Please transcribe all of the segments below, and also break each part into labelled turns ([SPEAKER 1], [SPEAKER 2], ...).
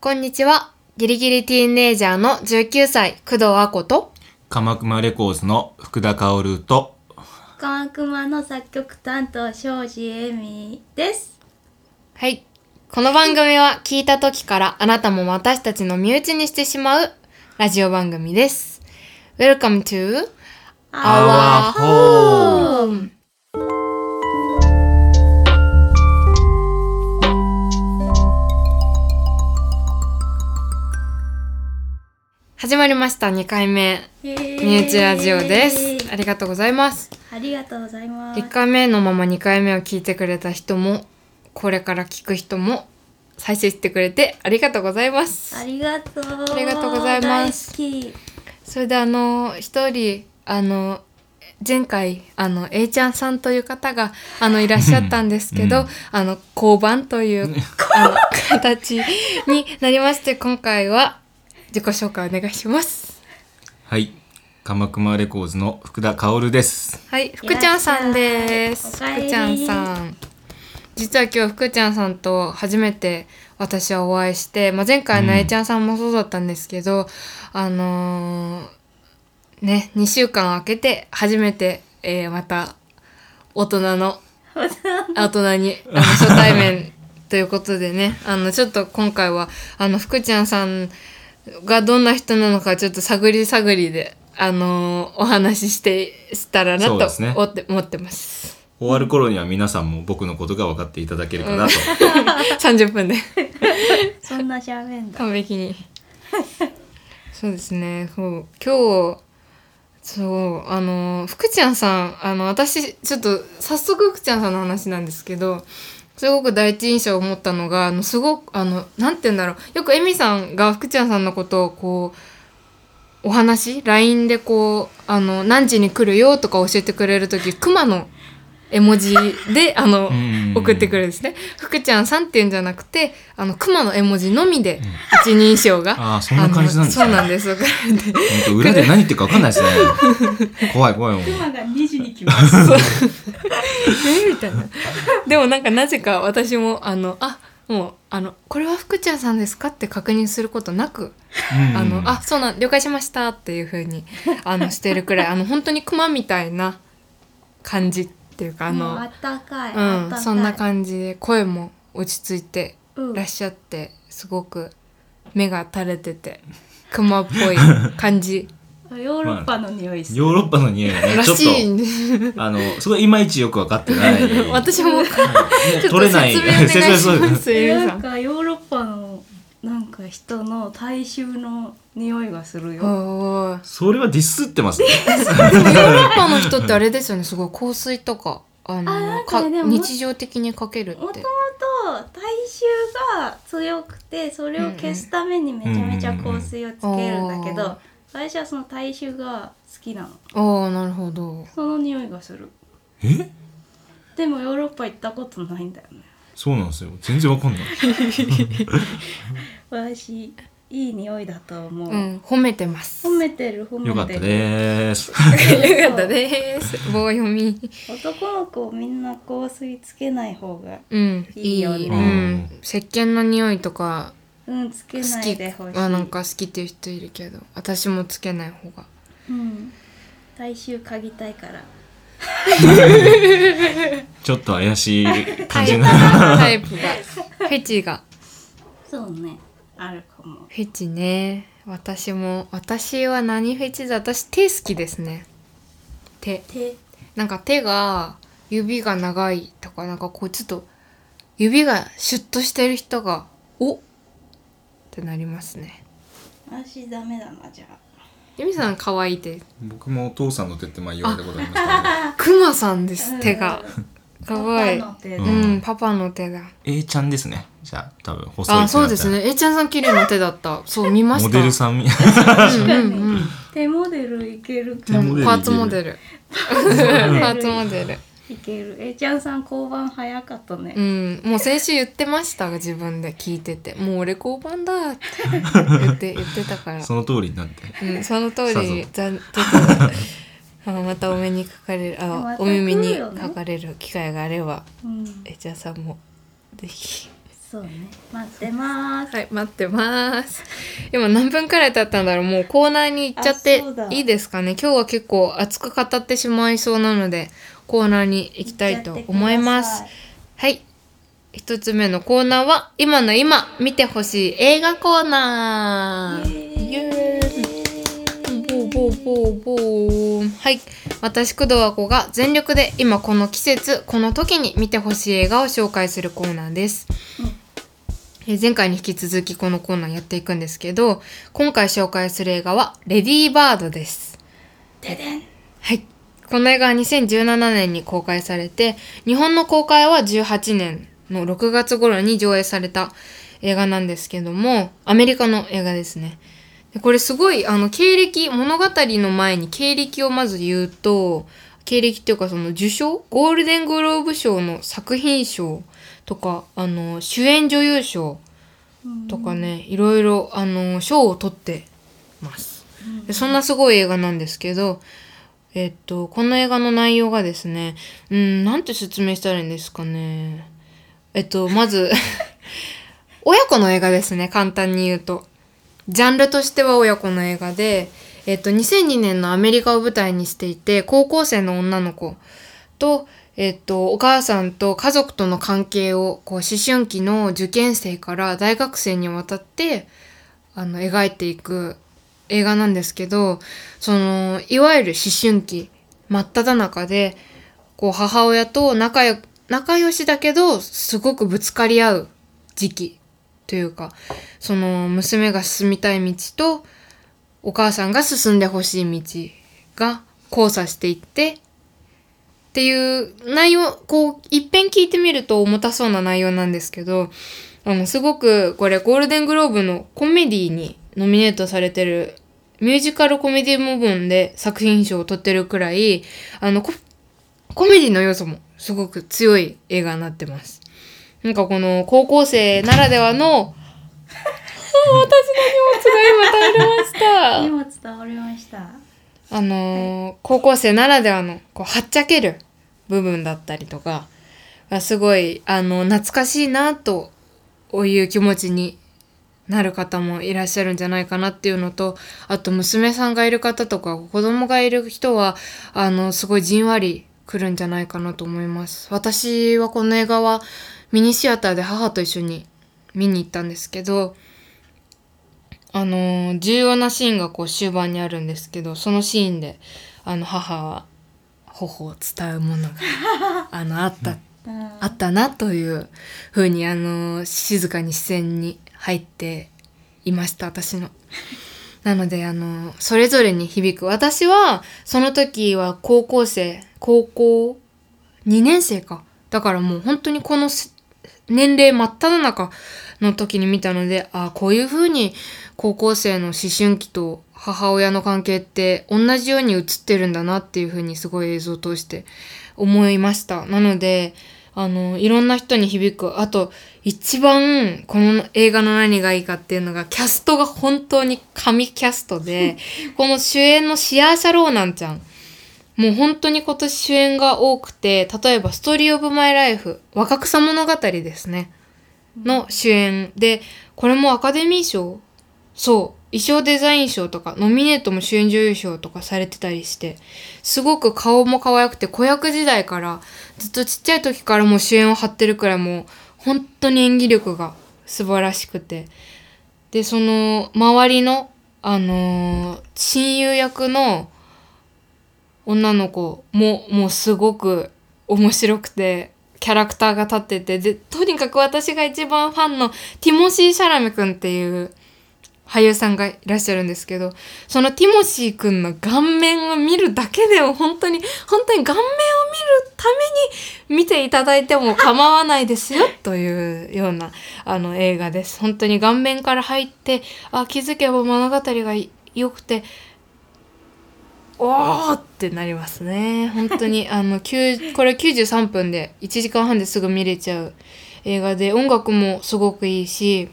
[SPEAKER 1] こんにちは。ギリギリティーンエイジャーの19歳、工藤亜子と、
[SPEAKER 2] 鎌熊レコーズの福田薫と
[SPEAKER 3] 川熊の作曲担当庄司恵美です
[SPEAKER 1] はい。この番組は聞いた時からあなたも私たちの身内にしてしまうラジオ番組です。Welcome to
[SPEAKER 2] アワホ
[SPEAKER 1] Home!
[SPEAKER 2] ー
[SPEAKER 1] 始まりました2回目
[SPEAKER 3] 身
[SPEAKER 1] 身内ラジオですありがとうございます
[SPEAKER 3] ありがとうございます
[SPEAKER 1] 1回目のまま2回目を聞いてくれた人もこれから聞く人も再生してくれてありがとうございます
[SPEAKER 3] ありがとう
[SPEAKER 1] ありがとうございます
[SPEAKER 3] 大好き
[SPEAKER 1] それであの一人あの前回あの A ちゃんさんという方があのいらっしゃったんですけど、
[SPEAKER 2] うん
[SPEAKER 1] あの交番というあの形になりまして今回は自己紹介お願いします
[SPEAKER 2] はい鎌熊レコーズの福田薫です
[SPEAKER 1] はい福ちゃんさんです
[SPEAKER 3] いらっしゃい
[SPEAKER 1] 福ちゃんさん実は今日福ちゃんさんと初めて私はお会いして、まあ、前回の
[SPEAKER 2] うん
[SPEAKER 1] A ちゃんさんもそうだったんですけど、あのーね2週間空けて初めて、えーまた大人の大人にあの初対面ということでねあのちょっと今回はあの福ちゃんさんがどんな人なのかちょっと探り探りで、あのーお話ししてしたらなと
[SPEAKER 2] そうですね
[SPEAKER 1] 思って,、思ってます。
[SPEAKER 2] 終わる頃には皆さんも僕のことが分かっていただけるかなと、
[SPEAKER 1] 30分で
[SPEAKER 3] そんな喋んだ
[SPEAKER 1] 完璧に そうですねそう今日そうあの福ちゃんさんあの私ちょっと早速福ちゃんさんの話なんですけどすごく第一印象を持ったのがあのすごくあのなんて言うんだろうよくエミさんが福ちゃんさんのことをこうお話 LINE でこうあの何時に来るよとか教えてくれる時クマの絵文字であの
[SPEAKER 2] うん
[SPEAKER 1] 送ってくれるんですね。福ちゃんさんっていうんじゃなくて、あの、熊の絵文字のみで、一人称が。
[SPEAKER 2] ああそんな感じなんです
[SPEAKER 1] あ
[SPEAKER 2] ね
[SPEAKER 1] のそうなんです。送られて
[SPEAKER 2] ほんと裏で何言ってるか分かんないです ね怖い怖いもう
[SPEAKER 3] 今が2時に来ます
[SPEAKER 1] えみたいな。 でもなんかなぜか私も、あの、あ、もう、あの、これは福ちゃんさんですかって確認することなく、
[SPEAKER 2] うん
[SPEAKER 1] あの、あ、そうなん、了解しましたっていう風に、あの、してるくらい、あの、本当に熊みたいな感じっていうか、あ
[SPEAKER 3] もうあ
[SPEAKER 1] の
[SPEAKER 3] っ、たかいあった
[SPEAKER 1] う
[SPEAKER 3] か
[SPEAKER 1] ん、
[SPEAKER 3] い
[SPEAKER 1] そんな感じで、声も落ち着いて、
[SPEAKER 3] うん
[SPEAKER 1] いらっしゃってすごく目が垂れて て熊っぽい感じ
[SPEAKER 3] ヨーロッパの匂いする
[SPEAKER 2] ヨーロッパの匂いがね
[SPEAKER 1] ら
[SPEAKER 2] ちょ
[SPEAKER 1] しい
[SPEAKER 2] っ
[SPEAKER 1] んで
[SPEAKER 2] とあのすごいいまいちよく分かってない
[SPEAKER 1] 私 もちょ
[SPEAKER 2] ね
[SPEAKER 1] っと
[SPEAKER 2] 取れ
[SPEAKER 1] 説明お
[SPEAKER 2] な
[SPEAKER 1] 願
[SPEAKER 2] い
[SPEAKER 1] いしま
[SPEAKER 2] そうです
[SPEAKER 1] ゆり
[SPEAKER 3] な
[SPEAKER 1] さ
[SPEAKER 3] ん
[SPEAKER 1] ん
[SPEAKER 3] かヨーロッパのなんか人の大衆の匂いがするよ
[SPEAKER 1] おー
[SPEAKER 2] それはディスってますね
[SPEAKER 1] でもヨーロッパの人ってあれですよねすごい香水とかあの
[SPEAKER 3] あなん
[SPEAKER 1] か
[SPEAKER 3] かねでも
[SPEAKER 1] 日常的にかける
[SPEAKER 3] も
[SPEAKER 1] っ
[SPEAKER 3] と
[SPEAKER 1] て
[SPEAKER 3] もと体臭が強くてそれを消すためにめちゃめちゃ香水をつけ
[SPEAKER 1] う
[SPEAKER 3] るんだけ
[SPEAKER 1] んうんうんうん
[SPEAKER 3] ど私はその体臭が好きなの
[SPEAKER 1] ああなるほど
[SPEAKER 3] その匂いがする
[SPEAKER 2] え
[SPEAKER 3] でもヨーロッパ行ったことないんだよね
[SPEAKER 2] そうなんですよ全然分かんない
[SPEAKER 3] 私いい匂いだと思う、
[SPEAKER 1] うん褒めてます
[SPEAKER 3] 褒めてる褒めてる
[SPEAKER 2] よかったで す
[SPEAKER 1] よかったです棒読み
[SPEAKER 3] 男の子みんな香水つけない方が
[SPEAKER 1] うん
[SPEAKER 3] い
[SPEAKER 1] い
[SPEAKER 3] い
[SPEAKER 1] い
[SPEAKER 3] よね
[SPEAKER 1] うん石鹸の匂いとか
[SPEAKER 3] うんつけ
[SPEAKER 1] 好
[SPEAKER 3] な
[SPEAKER 1] き
[SPEAKER 3] いでほしい
[SPEAKER 1] はなんか好きっていう人いるけど私もつけない方が
[SPEAKER 3] うん体臭嗅ぎたいから
[SPEAKER 2] ちょっと怪しい
[SPEAKER 1] タ
[SPEAKER 2] 感
[SPEAKER 1] イ
[SPEAKER 2] じ
[SPEAKER 1] プ
[SPEAKER 2] に
[SPEAKER 1] が
[SPEAKER 2] なる
[SPEAKER 1] タイプがフェチが
[SPEAKER 3] そうねあるかも
[SPEAKER 1] フェチね私も私は何フェチだ私手好きですね手
[SPEAKER 3] 手
[SPEAKER 1] なんか手が指が長いとかなんかこうちょっと指がシュッとしてる人がおってなりますね
[SPEAKER 3] 足ダメだなじゃあ
[SPEAKER 1] ゆみさん可愛い手
[SPEAKER 2] 僕もお父さんの手ってまあ言われたことありますけど
[SPEAKER 1] く まさんです手がかわいい
[SPEAKER 3] パパの手
[SPEAKER 2] う
[SPEAKER 1] う
[SPEAKER 3] だ
[SPEAKER 1] んパパの手だ
[SPEAKER 2] A ちゃんですねじゃあ多分細い
[SPEAKER 1] あ
[SPEAKER 2] ってな
[SPEAKER 1] そ
[SPEAKER 2] っ
[SPEAKER 1] う
[SPEAKER 2] た
[SPEAKER 1] で
[SPEAKER 2] ら
[SPEAKER 1] すねえいちゃんさん綺麗な手だったそう見ました
[SPEAKER 2] モデルさんみ
[SPEAKER 1] うんうんうん
[SPEAKER 3] 手モデルいけるか
[SPEAKER 2] 手モデル
[SPEAKER 1] パーツモデル。 パーツモデル。
[SPEAKER 3] いけるえいちゃんさん交番早かったね、
[SPEAKER 1] うん、もう先週言ってましたが自分で聞いてて、もう俺交番だって言 って言ってたから。
[SPEAKER 2] その通りになって
[SPEAKER 1] うん、その通
[SPEAKER 2] さ
[SPEAKER 1] り、
[SPEAKER 2] ぞ
[SPEAKER 1] ざんちょっとあのまたお目にかかれる、あ
[SPEAKER 3] ま、た
[SPEAKER 1] お耳
[SPEAKER 3] 来
[SPEAKER 1] に
[SPEAKER 3] るよね
[SPEAKER 1] かかれる機会があれば、
[SPEAKER 3] うん、
[SPEAKER 1] えじゃあさんもぜひ。
[SPEAKER 3] そうね待ってます、
[SPEAKER 1] はい、待ってます。今何分くらい経ったんだろう。もうコーナーに行っちゃって
[SPEAKER 3] あそうだ
[SPEAKER 1] いいですかね。今日は結構熱く語ってしまいそうなので、コーナーに行きたいと思います。はい。一つ目のコーナーは、今の今、見てほしい映画コーナー。イエーイボーボーボーボーはい私工藤亜子が全力で今この季節この時に見てほしい映画を紹介するコーナーです、えー前回に引き続きこのコーナーやっていくんですけど今回紹介する映画は「レディーバード」です
[SPEAKER 3] ででん
[SPEAKER 1] はいこの映画は2017年に公開されて日本の公開は18年の6月頃に上映された映画なんですけどもアメリカの映画ですねでこれすごいあの経歴物語の前に経歴をまず言うと経歴っていうかその受賞ゴールデングローブ賞の作品賞とかあの主演女優賞とかね、いろいろあの賞を取ってますでそんなすごい映画なんですけどえっとこの映画の内容がですねうんなんて説明したらいいんですかねえっとまず 親子の映画ですね簡単に言うとジャンルとしては親子の映画で、えっと、2002年のアメリカを舞台にしていて高校生の女の子と、えっと、お母さんと家族との関係をこう思春期の受験生から大学生にわたってあの描いていく映画なんですけどそのいわゆる思春期真っ只中でこう母親と仲よ仲良しだけどすごくぶつかり合う時期というかその娘が進みたい道とお母さんが進んでほしい道が交差していってっていう内容こう一遍聞いてみると重たそうな内容なんですけどあのすごくこれゴールデングローブのコメディにノミネートされてるミュージカルコメディ部門で作品賞を取ってるくらいあのココメディの要素もすごく強い映画になってます。なんかこの高校生ならでは の私の荷物が今倒れました
[SPEAKER 3] 荷物倒れました
[SPEAKER 1] あのー高校生ならではのこうはっちゃける部分だったりとかがすごいあの懐かしいなという気持ちになる方もいらっしゃるんじゃないかなっていうのとあと娘さんがいる方とか子供がいる人はあのすごいじんわり来るんじゃないかなと思います私はこの映画はミニシアターで母と一緒に見に行ったんですけどあの重要なシーンがこう終盤にあるんですけどそのシーンであの母は頬を伝うものがあのあった、
[SPEAKER 3] うん
[SPEAKER 1] あったなというふうにあの静かに視線に入っていました私の。なのであのそれぞれに響く私はその時は高校生高校2年生かだからもう本当にこのせ年齢真っ只中の時に見たのでああこういう風に高校生の思春期と母親の関係って同じように映ってるんだなっていう風にすごい映像を通して思いましたなのであのいろんな人に響くあと一番この映画の何がいいかっていうのがキャストが本当に神キャストでこの主演のシアーシャローナンちゃんもう本当に今年主演が多くて例えば「ストーリー・オブ・マイ・ライフ」「若草物語」ですねの主演でこれもアカデミー賞そう衣装デザイン賞とかノミネートも主演女優賞とかされてたりしてすごく顔も可愛くて子役時代からずっとちっちゃい時からもう主演を張ってるくらいもう本当に演技力が素晴らしくてでその周りのあのー親友役の女の子ももうすごく面白くてキャラクターが立っててでとにかく私が一番ファンのティモシー・シャラメ君っていう俳優さんがいらっしゃるんですけどそのティモシー君の顔面を見るだけでも本当に本当に顔面を見るために見ていただいても構わないですよ というようなあの映画です本当に顔面から入ってあ気づけば物語がい良くておーってなりますね本当にあの9これ93分で1時間半ですぐ見れちゃう映画で音楽もすごくいいし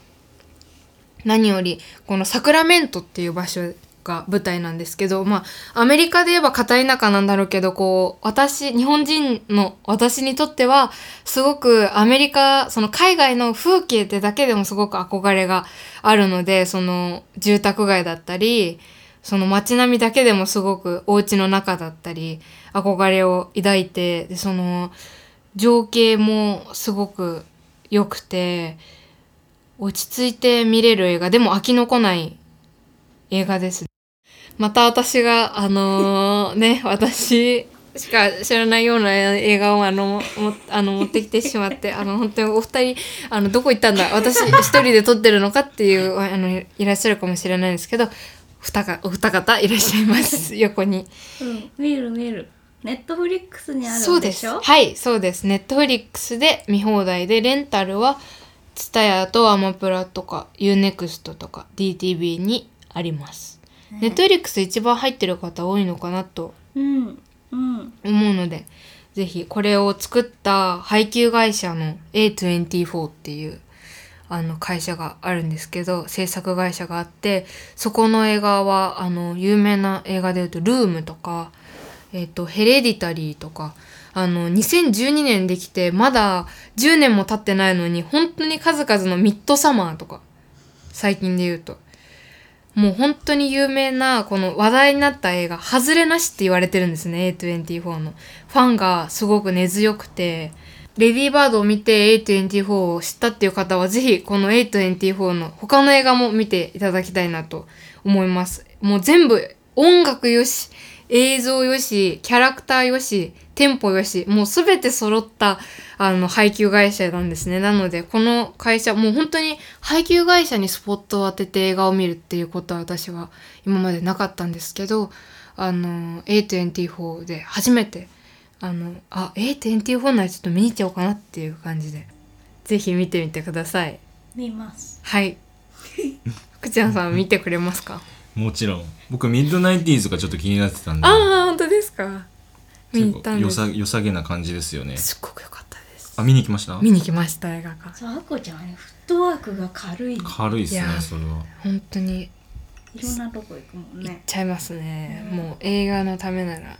[SPEAKER 1] 何よりこのサクラメントっていう場所が舞台なんですけど、まあ、アメリカで言えば片田舎なんだろうけど、こう、私、日本人の私にとっては、すごくアメリカ、その海外の風景ってだけでもすごく憧れがあるので、その住宅街だったり、その街並みだけでもすごくお家の中だったり、憧れを抱いて、でその、情景もすごく良くて、落ち着いて見れる映画でも飽きのこない映画ですまた私があのーね私しか知らないような映画をあのもあの持ってきてしまってあの本当にお二人あのどこ行ったんだ私一人で撮ってるのかっていうあのいらっしゃるかもしれないですけど二かお二方いらっしゃいます横に。
[SPEAKER 3] うん、見る見るネットフリックスにあ
[SPEAKER 1] そ
[SPEAKER 3] る
[SPEAKER 1] うん
[SPEAKER 3] で
[SPEAKER 1] で
[SPEAKER 3] し
[SPEAKER 1] す
[SPEAKER 3] ょ
[SPEAKER 1] はいそうですネットフリックスで見放題でレンタルは TSUTAYA とアマプラとか UNEXT とか DTV にあります、ネットフリックス一番入ってる方多いのかなと
[SPEAKER 3] うんうん
[SPEAKER 1] 思うのでぜひこれを作った配給会社の A24 っていうあの会社があるんですけど制作会社があってそこの映画はあの有名な映画でいうと「ルーム」とか「えっとヘレディタリー」とかあの2012年できてまだ10年も経ってないのに本当に数々の「ミッドサマー」とか最近で言うともう本当に有名なこの話題になった映画「ハズレなし」って言われてるんですね A24 のファンがすごく根強くてレディーバードを見て A24 を知ったっていう方はぜひこの A24 の他の映画も見ていただきたいなと思いますもう全部音楽よし映像よしキャラクターよしテンポよしもう全て揃ったあの配給会社なんですねなのでこの会社もう本当に配給会社にスポットを当てて映画を見るっていうことは私は今までなかったんですけどあの A24 で初めてあのあ A24 ならちょっと見に行っちゃおうかなっていう感じでぜひ見てみてください
[SPEAKER 3] 見ます
[SPEAKER 1] はい福ちゃんさん見てくれますか
[SPEAKER 2] もちろん僕ミッドナインティーズがちょっと気になってたんで
[SPEAKER 1] ああ本当ですか見に行ったんで
[SPEAKER 2] よ
[SPEAKER 1] す
[SPEAKER 2] さ良さげな感じですよね
[SPEAKER 1] すっごく良かったです
[SPEAKER 2] あ見に行きました
[SPEAKER 1] 見に来ました映画館
[SPEAKER 3] そうあこちゃんはねフットワークが軽いい
[SPEAKER 2] 軽いですね
[SPEAKER 1] いや
[SPEAKER 2] それは
[SPEAKER 1] 本当に
[SPEAKER 3] ろんなとこ行くもん
[SPEAKER 1] 行っ
[SPEAKER 3] ね
[SPEAKER 1] ちゃいますね、
[SPEAKER 3] うん
[SPEAKER 1] もう映画のためなら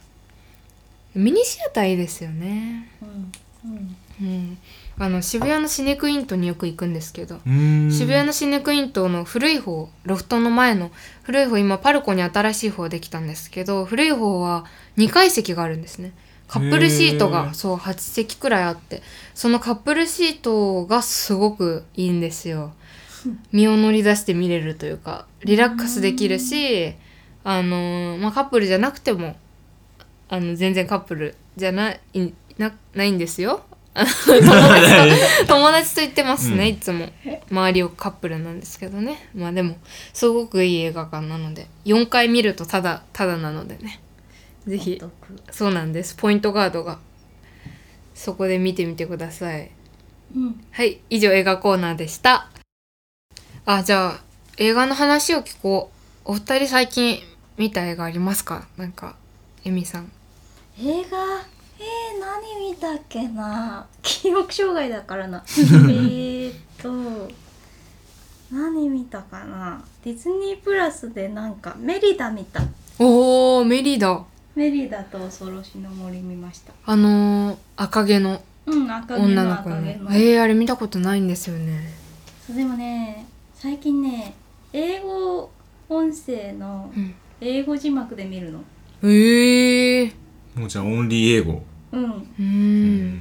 [SPEAKER 1] ミニシアターいいですよね
[SPEAKER 3] うんうん
[SPEAKER 1] うんあの渋谷のシネクイントによく行くんですけど
[SPEAKER 2] うーん
[SPEAKER 1] 渋谷のシネクイントの古い方ロフトの前の古い方今パルコに新しい方できたんですけど古い方は2階席があるんですねカップルシート
[SPEAKER 2] へ
[SPEAKER 1] が
[SPEAKER 2] ー
[SPEAKER 1] そう8席くらいあってそのカップルシートがすごくいいんですよ身を乗り出して見れるというかリラックスできるしあのーまあ、カップルじゃなくてもあの全然カップルじゃないなないんです よ友達と友達と言ってますね、
[SPEAKER 2] うん
[SPEAKER 1] いつも周りをカップルなんですけどねまあでもすごくいい映画館なので4回見るとただただなのでねぜひ
[SPEAKER 3] お得
[SPEAKER 1] そうなんですポイントガードがそこで見てみてください
[SPEAKER 3] うん
[SPEAKER 1] はい以上映画コーナーでしたあじゃあ映画の話を聞こうお二人最近見た映画ありますかなんかエミさん
[SPEAKER 3] 映画えー、何見たっけな 記憶障害だから なえーっと何見たかなディズニープラスでなんかメリダ見た
[SPEAKER 1] おーメリーだ
[SPEAKER 3] メリダと恐ろしの森見ました
[SPEAKER 1] あのー、赤毛の
[SPEAKER 3] うん赤毛
[SPEAKER 1] 女
[SPEAKER 3] の
[SPEAKER 1] の子
[SPEAKER 3] 赤
[SPEAKER 1] の
[SPEAKER 3] 毛
[SPEAKER 1] え
[SPEAKER 3] の
[SPEAKER 1] ー、あれ見たことないんですよね
[SPEAKER 3] そうでもね最近ね英語音声の
[SPEAKER 1] うん
[SPEAKER 3] 英語字幕で見るの
[SPEAKER 1] ええ
[SPEAKER 2] もうじゃあオンリー英語
[SPEAKER 3] うん
[SPEAKER 1] う
[SPEAKER 2] うん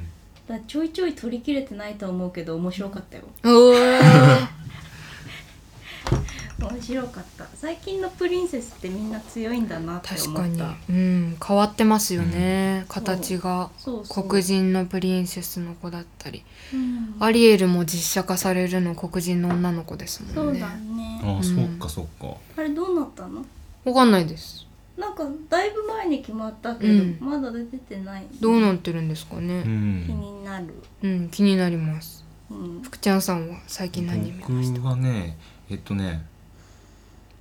[SPEAKER 3] だちょいちょい取り切れてないと思うけど面白かったよ
[SPEAKER 1] お ー
[SPEAKER 3] 面白かった最近のプリンセスってみんな強いんだなって思
[SPEAKER 1] 確
[SPEAKER 3] った
[SPEAKER 1] かに、うん、変わってますよね、形が
[SPEAKER 3] そうそう
[SPEAKER 1] 黒人のプリンセスの子だったり
[SPEAKER 3] うん
[SPEAKER 1] アリエルも実写化されるの黒人の女の子です
[SPEAKER 3] そ
[SPEAKER 1] もん
[SPEAKER 3] う
[SPEAKER 1] ね
[SPEAKER 3] だね
[SPEAKER 2] あ
[SPEAKER 1] ん
[SPEAKER 2] そっかそっか
[SPEAKER 3] あれどうなったの
[SPEAKER 1] わかんないです
[SPEAKER 3] なんかだいぶ前に決まったけど、
[SPEAKER 1] うん
[SPEAKER 3] まだ出てない
[SPEAKER 1] どうなってるんですか
[SPEAKER 2] う
[SPEAKER 1] ね
[SPEAKER 3] 気
[SPEAKER 2] ん
[SPEAKER 3] になる、
[SPEAKER 1] うん、気になります
[SPEAKER 3] うん、
[SPEAKER 1] 福ちゃんさんは最近何見ました
[SPEAKER 2] 僕はねえっとね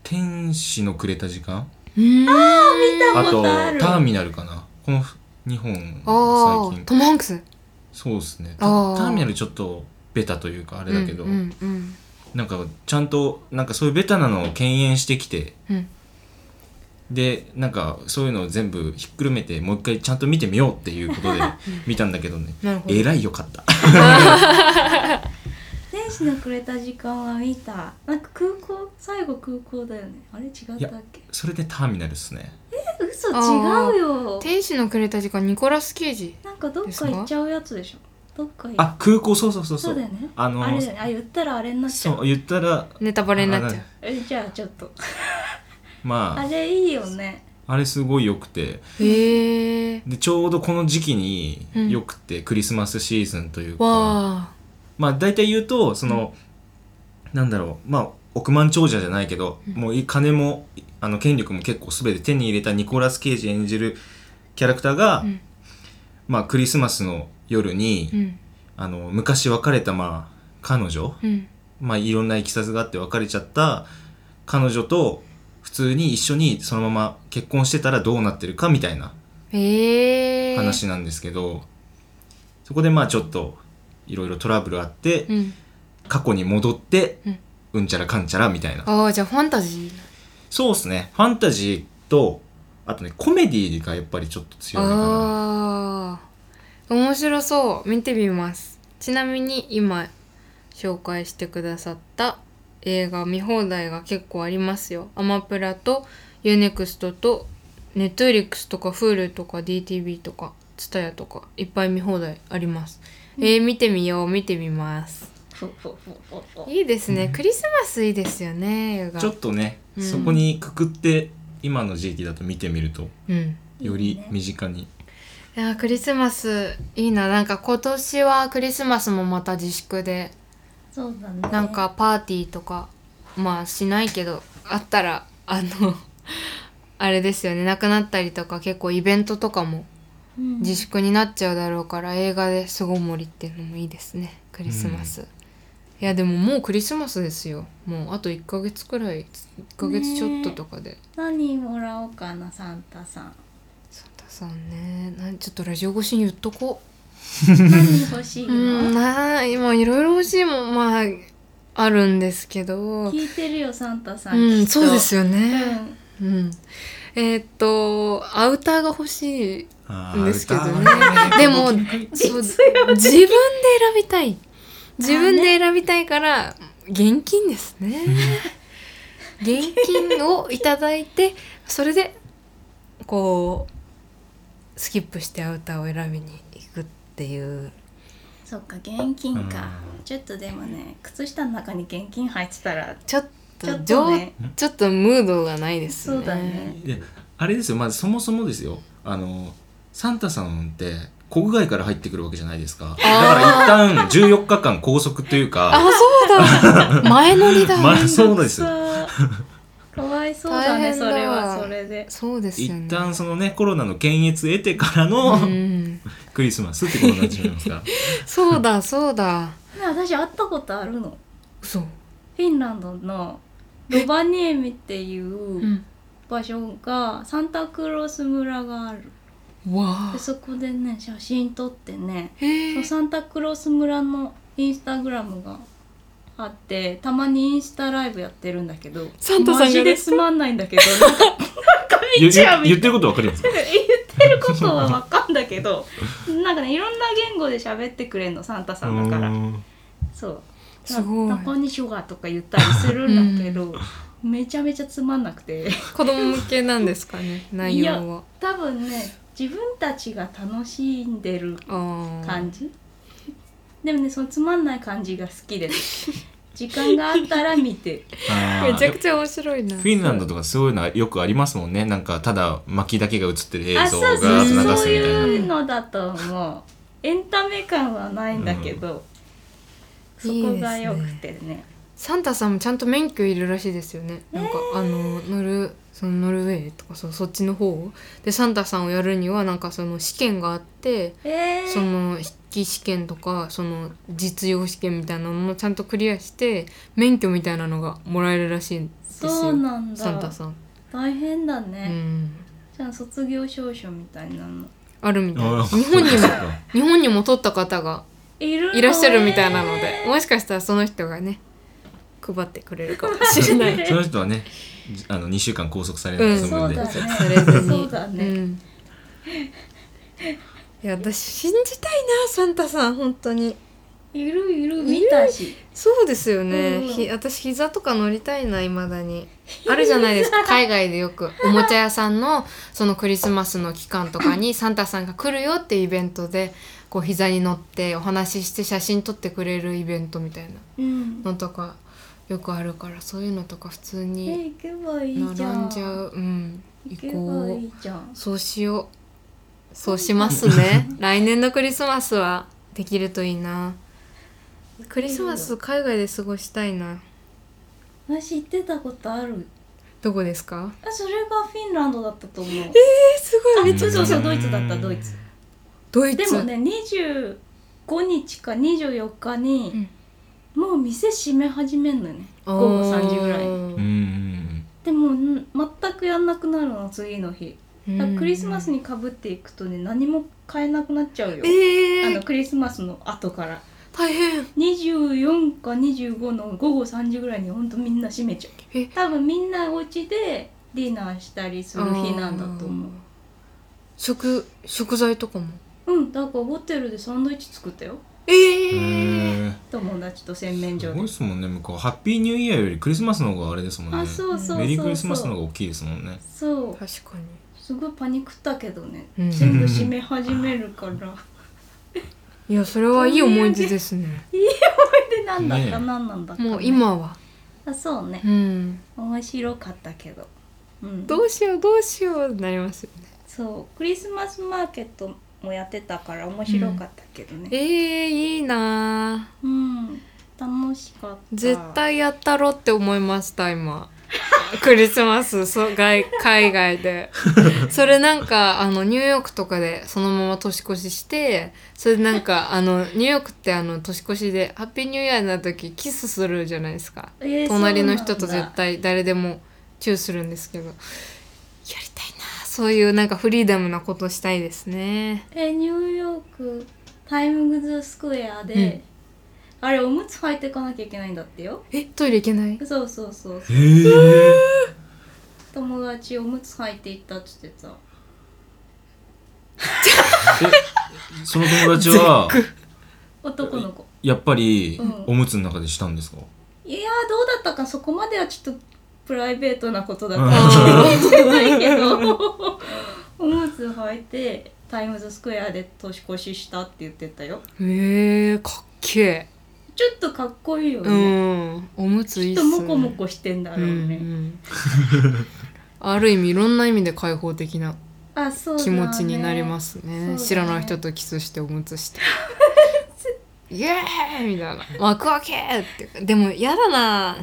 [SPEAKER 2] 天使のくれた時間
[SPEAKER 1] うん
[SPEAKER 3] あ
[SPEAKER 2] あと
[SPEAKER 3] ある
[SPEAKER 2] ターミナルかなこの2本
[SPEAKER 1] あー
[SPEAKER 2] 最近
[SPEAKER 1] トム・ハンクス
[SPEAKER 2] そうですねタタ
[SPEAKER 1] あー
[SPEAKER 2] ーミナルちょっとベタというかあれだけど、
[SPEAKER 1] うんうんうん
[SPEAKER 2] なんかちゃんとなんかそういうベタなのを敬遠してきて
[SPEAKER 1] うん
[SPEAKER 2] でなんかそういうのを全部ひっくるめてもう一回ちゃんと見てみようっていうこと で見たんだけどね
[SPEAKER 1] なるほど
[SPEAKER 2] えらいよかった
[SPEAKER 3] 天使のくれた時間は見たなんか空港最後空港だよねあれ違ったっ
[SPEAKER 2] いや
[SPEAKER 3] け
[SPEAKER 2] それでターミナルっすね
[SPEAKER 3] え嘘
[SPEAKER 1] あー
[SPEAKER 3] 違うよ
[SPEAKER 1] 天使のくれた時間ニコラス・ケイジ
[SPEAKER 3] なんかどっか行っちゃうやつでしょどっか行っ
[SPEAKER 2] あ空港そうそうそう
[SPEAKER 3] そ
[SPEAKER 2] そうう
[SPEAKER 3] だよね
[SPEAKER 2] あの
[SPEAKER 3] あれだよねあ言ったらあれになっちゃ
[SPEAKER 2] そう
[SPEAKER 3] う
[SPEAKER 2] 言ったら
[SPEAKER 1] ネタバレになっちゃう
[SPEAKER 3] えじゃあちょっと
[SPEAKER 2] ま
[SPEAKER 3] あ
[SPEAKER 2] あ
[SPEAKER 3] れいいよね
[SPEAKER 2] あれすごい良くて
[SPEAKER 1] へえ
[SPEAKER 2] でちょうどこの時期に
[SPEAKER 1] うん
[SPEAKER 2] 良くて、クリスマスシーズンというか
[SPEAKER 1] わあ
[SPEAKER 2] まあ大体言うとその、なんだろうまあ億万長者じゃないけど、もうい金もあの権力も結構全て手に入れたニコラス・ケイジ演じるキャラクターが、
[SPEAKER 1] うん
[SPEAKER 2] まあ、クリスマスの夜に、
[SPEAKER 1] うん
[SPEAKER 2] あの昔別れた、まあ、彼女、
[SPEAKER 1] うん
[SPEAKER 2] まあ、いろんないきさつがあって別れちゃった彼女と普通に一緒にそのまま結婚してたらどうなってるかみたいな
[SPEAKER 1] へえ
[SPEAKER 2] 話なんですけど、そこでまあちょっといろいろトラブルあって、
[SPEAKER 1] うん
[SPEAKER 2] 過去に戻って、
[SPEAKER 1] うん
[SPEAKER 2] うんちゃらかんちゃらみたいな
[SPEAKER 1] ああじゃあファンタジー
[SPEAKER 2] そうですねファンタジーとあとねコメディがやっぱりちょっと強いかな
[SPEAKER 1] ああ面白そう見てみますちなみに今紹介してくださった映画見放題が結構ありますよアマプラと UNEXT と Netflix とか Hulu とか DTV とか TSUTAYA とかいっぱい見放題ありますえー、見てみよう見てみます
[SPEAKER 3] ふふふふふ
[SPEAKER 1] いいですねクリスマスいいですよね映画
[SPEAKER 2] ちょっとね、
[SPEAKER 1] うん
[SPEAKER 2] そこにくくって今の時期だと見てみると
[SPEAKER 1] うん
[SPEAKER 2] よ
[SPEAKER 3] い
[SPEAKER 2] り
[SPEAKER 3] いね
[SPEAKER 2] 身近に
[SPEAKER 1] いやークリスマスいいななんか今年はクリスマスもまた自粛で
[SPEAKER 3] そうだね
[SPEAKER 1] なんかパーティーとかまあしないけどあったらあの あれですよねなくなったりとか結構イベントとかも
[SPEAKER 3] うん
[SPEAKER 1] 自粛になっちゃうだろうから映画で巣ごもりっていうのもいいですねクリスマス、いやでももうクリスマスですよもうあと1ヶ月くらい1ヶ月ちょっととかで、
[SPEAKER 3] 何もらおうかなサンタ さん
[SPEAKER 1] サンタさんねなんちょっとラジオ越しに言っとこう
[SPEAKER 3] 何欲しい
[SPEAKER 1] うん
[SPEAKER 3] の
[SPEAKER 1] なあ今いろいろ欲しいもんまああるんですけど
[SPEAKER 3] 聞いてるよサンタさん
[SPEAKER 1] うんそうです
[SPEAKER 3] よ
[SPEAKER 1] よね、
[SPEAKER 3] うん
[SPEAKER 1] うん、えーっとアウターが欲しい
[SPEAKER 2] あ
[SPEAKER 1] ん
[SPEAKER 2] ー
[SPEAKER 1] ですけどね
[SPEAKER 2] 歌はね
[SPEAKER 1] でもそう自分で選びたい自分で選びたいから現金ですね現金をいただいてそれでこうスキップしてアウターを選びに行くっていう
[SPEAKER 3] そっか現金か
[SPEAKER 2] う
[SPEAKER 3] ちょっとでもね靴下の中に現金入ってたら
[SPEAKER 1] ちょっと
[SPEAKER 3] ちょっ
[SPEAKER 1] 情
[SPEAKER 3] とね
[SPEAKER 1] ちょっとムードがないですね
[SPEAKER 3] そうだね
[SPEAKER 2] いやあれですよまずそもそもですよあのサンタさんって国外から入ってくるわけじゃないですかだから一旦14日間拘束という
[SPEAKER 1] あ
[SPEAKER 2] か
[SPEAKER 1] そうだ前乗 りだ、
[SPEAKER 2] まあそうですよ
[SPEAKER 3] そうかわいそうだ
[SPEAKER 1] 大
[SPEAKER 3] ね
[SPEAKER 1] 変
[SPEAKER 3] そ
[SPEAKER 1] だわ
[SPEAKER 3] れはそれで
[SPEAKER 1] そうですよね
[SPEAKER 2] 一旦そのねコロナの検閲得てからの
[SPEAKER 1] うん
[SPEAKER 2] クリスマスってことになってしまい ますから
[SPEAKER 1] そうだそうだ
[SPEAKER 3] ね私会ったことあるの
[SPEAKER 1] 嘘
[SPEAKER 3] フィンランドのロバニエミっていう場所がサンタクロース村がある
[SPEAKER 1] わ
[SPEAKER 3] でそこでね写真撮ってね
[SPEAKER 1] へえ
[SPEAKER 3] そうサンタクロース村のインスタグラムがあってたまにインスタライブやってるんだけど
[SPEAKER 1] サンタさんがね
[SPEAKER 3] マジでつまんないんだけどなんかなんか
[SPEAKER 2] 言
[SPEAKER 3] 見ちゃうみたいな
[SPEAKER 2] 言ってることわかります
[SPEAKER 3] 言ってることはわかんだけど なんかねいろんな言語で喋ってくれんのサンタさんだから
[SPEAKER 2] うん
[SPEAKER 3] そう
[SPEAKER 1] すごい
[SPEAKER 3] タコにショガーとか言ったりするんだけど、めちゃめちゃつまんなくて
[SPEAKER 1] 子供向けなんですかね内容は
[SPEAKER 3] 多分ね自分たちが楽しんでる
[SPEAKER 1] ああ
[SPEAKER 3] 感じでもねそのつまんない感じが好きです時間があったら見てる
[SPEAKER 2] あー
[SPEAKER 1] めちゃくちゃ面白いな
[SPEAKER 2] フィンランドとかそういうのはよくありますもんねなんかただ巻きだけが映って る映
[SPEAKER 3] あ
[SPEAKER 2] 像
[SPEAKER 3] そ
[SPEAKER 2] が流
[SPEAKER 3] うそう
[SPEAKER 2] すみた
[SPEAKER 3] そう
[SPEAKER 2] い
[SPEAKER 3] いうのだと思うエンタメ感はないんだけど、そこが良くてね
[SPEAKER 1] サンタさんもちゃんと免許いるらしいですよねなんか、あのノルそのノルウェーとかそそっちの方でサンタさんをやるにはなんかその試験があって
[SPEAKER 3] えー
[SPEAKER 1] その筆記試験とかその実用試験みたいなのもちゃんとクリアして免許みたいなのがもらえるらしいんですよ
[SPEAKER 3] そうなんだ
[SPEAKER 1] サンタさん、
[SPEAKER 3] 大変だ
[SPEAKER 1] う
[SPEAKER 3] ね、
[SPEAKER 1] ん、
[SPEAKER 3] じゃあ卒業証書みたいなの
[SPEAKER 1] あるみたい
[SPEAKER 2] な
[SPEAKER 1] な日本にも
[SPEAKER 2] あ
[SPEAKER 1] 日本にも取った方が
[SPEAKER 3] いるの
[SPEAKER 1] いらっしゃるみたいなので
[SPEAKER 3] えー
[SPEAKER 1] もしかしたらその人がね配ってくれるかもしれな
[SPEAKER 2] ー
[SPEAKER 1] い
[SPEAKER 2] その人はねじあの2週間拘束され
[SPEAKER 1] う
[SPEAKER 2] る
[SPEAKER 1] ん
[SPEAKER 2] その
[SPEAKER 3] そう
[SPEAKER 2] 分で、
[SPEAKER 3] だね
[SPEAKER 1] されずに
[SPEAKER 3] そうだ
[SPEAKER 1] う
[SPEAKER 3] ね、
[SPEAKER 1] ん、いや私信じたいなサンタさん本当に
[SPEAKER 3] いるいる見たし
[SPEAKER 1] そうですよね、
[SPEAKER 3] うん
[SPEAKER 1] ひ私膝とか乗りたいないまだにあるじゃない ですか海外でよくおもちゃ屋さんのそのクリスマスの期間とかにサンタさんが来るよってイベントでこう膝に乗ってお話しして写真撮ってくれるイベントみたいな
[SPEAKER 3] うん
[SPEAKER 1] のとかよくあるからそういうのとか普通
[SPEAKER 3] え
[SPEAKER 1] に
[SPEAKER 3] 行けばい
[SPEAKER 1] 並
[SPEAKER 3] いじゃん
[SPEAKER 1] んじゃううん
[SPEAKER 3] 行
[SPEAKER 1] 行
[SPEAKER 3] け
[SPEAKER 1] こ
[SPEAKER 3] ば
[SPEAKER 1] う
[SPEAKER 3] いいじゃん
[SPEAKER 1] そうしよう。そうします ね。来年のクリスマスはできるといいな。クリスマス海外で過ごしたいな。
[SPEAKER 3] 私行ってたことある
[SPEAKER 1] どこですか？
[SPEAKER 3] あそれがフィンランドだったと思う
[SPEAKER 1] えすご
[SPEAKER 3] あ
[SPEAKER 1] い。
[SPEAKER 3] そうそうそうドイツだったドイツ
[SPEAKER 1] ドイ
[SPEAKER 3] で
[SPEAKER 1] ツ。
[SPEAKER 3] もね25日か24日に、もう店閉め始めんのよね
[SPEAKER 1] あ
[SPEAKER 3] 午
[SPEAKER 1] ー
[SPEAKER 3] 後3時ぐらいに
[SPEAKER 2] うんうん
[SPEAKER 3] でもん全くやんなくなるの次の日だからクリスマス。にかぶっていくとね何も買えなくなっちゃうよ、
[SPEAKER 1] うんえ
[SPEAKER 3] あ
[SPEAKER 1] え
[SPEAKER 3] のクリスマスの後から
[SPEAKER 1] 大変。
[SPEAKER 3] 24か25の午後3時ぐらいにほんとみんな閉めちゃ
[SPEAKER 1] え
[SPEAKER 3] う多分みんなお家でディナーしたりする日なんだと思う
[SPEAKER 1] あー。食食材とかも。
[SPEAKER 3] うんだからホテルでサンドイッチ作ったよ
[SPEAKER 2] う
[SPEAKER 1] え
[SPEAKER 2] ん
[SPEAKER 1] え。
[SPEAKER 2] へー
[SPEAKER 3] 友達と洗面
[SPEAKER 2] す
[SPEAKER 3] 所で
[SPEAKER 2] ごいですもんね向こうハッピーニューイヤーよりクリスマスの方があれですもんね
[SPEAKER 3] あそうそうそうそう
[SPEAKER 2] メリークリスマスの方が大きいですもんね
[SPEAKER 3] そう
[SPEAKER 1] 確か
[SPEAKER 3] すごいパニックったけどね
[SPEAKER 1] に。う
[SPEAKER 3] 全
[SPEAKER 1] ん。
[SPEAKER 3] 部閉め始めるから
[SPEAKER 1] いやそれはいい思い出ですね。
[SPEAKER 3] でなんだ
[SPEAKER 2] ねえ
[SPEAKER 3] かなんなんだか、ね
[SPEAKER 1] もう今は。
[SPEAKER 3] あそうね
[SPEAKER 1] うん。
[SPEAKER 3] 面白かったけど、うん、
[SPEAKER 1] どうしようどうしようってなりますよね。
[SPEAKER 3] そうクリスマスマーケットもやってたから面白かったけどね
[SPEAKER 1] ええいいなあ
[SPEAKER 3] うん、楽しかった
[SPEAKER 1] 絶対やったろって思いました 今クリスマスそう外海外 でそれなんかあのニューヨークとかでそのまま年越ししてそれでなんかあのニューヨークってあの年越しでハッピーニューイヤーな時キスするじゃないですか
[SPEAKER 3] えー
[SPEAKER 1] 隣の人と
[SPEAKER 3] そうなん
[SPEAKER 1] 絶
[SPEAKER 3] だ
[SPEAKER 1] 対誰でもチューするんですけどやりたいなあそういうなんかフリーダムなことしたいですね
[SPEAKER 3] えーニューヨークタイムズスクエアで、あれおむつ履いていかなきゃいけないんだってよ
[SPEAKER 1] えトイレ行けない
[SPEAKER 3] そうそうそう
[SPEAKER 2] へえ
[SPEAKER 3] 友達おむつ履いていったって言ってた
[SPEAKER 2] その友 達は
[SPEAKER 3] 男の子
[SPEAKER 2] やっぱり
[SPEAKER 3] うん
[SPEAKER 2] おむつの中でしたんですか、
[SPEAKER 3] いやーどうだったかそこまではちょっとプライベートなことだっ
[SPEAKER 2] う
[SPEAKER 3] た
[SPEAKER 2] ん
[SPEAKER 3] かもしれないけどおむつ履いてタイムズスクエアで年越ししたって言ってたよ
[SPEAKER 1] へえかっけえ
[SPEAKER 3] ちょっとかっこいいよ
[SPEAKER 1] う
[SPEAKER 3] ね、
[SPEAKER 1] ん、おむつい
[SPEAKER 3] き
[SPEAKER 1] い
[SPEAKER 3] っ
[SPEAKER 1] っす
[SPEAKER 3] と
[SPEAKER 1] ね。
[SPEAKER 3] モコモコしてんだろうね、
[SPEAKER 1] うん うん、ある意味いろんな意味で開放的な
[SPEAKER 3] あそうだ、ね、
[SPEAKER 1] 気持ちになります
[SPEAKER 3] そう
[SPEAKER 1] ね
[SPEAKER 3] だね
[SPEAKER 1] 知らない人とキスしておむつして イエーイみたいな幕開けってでもやだな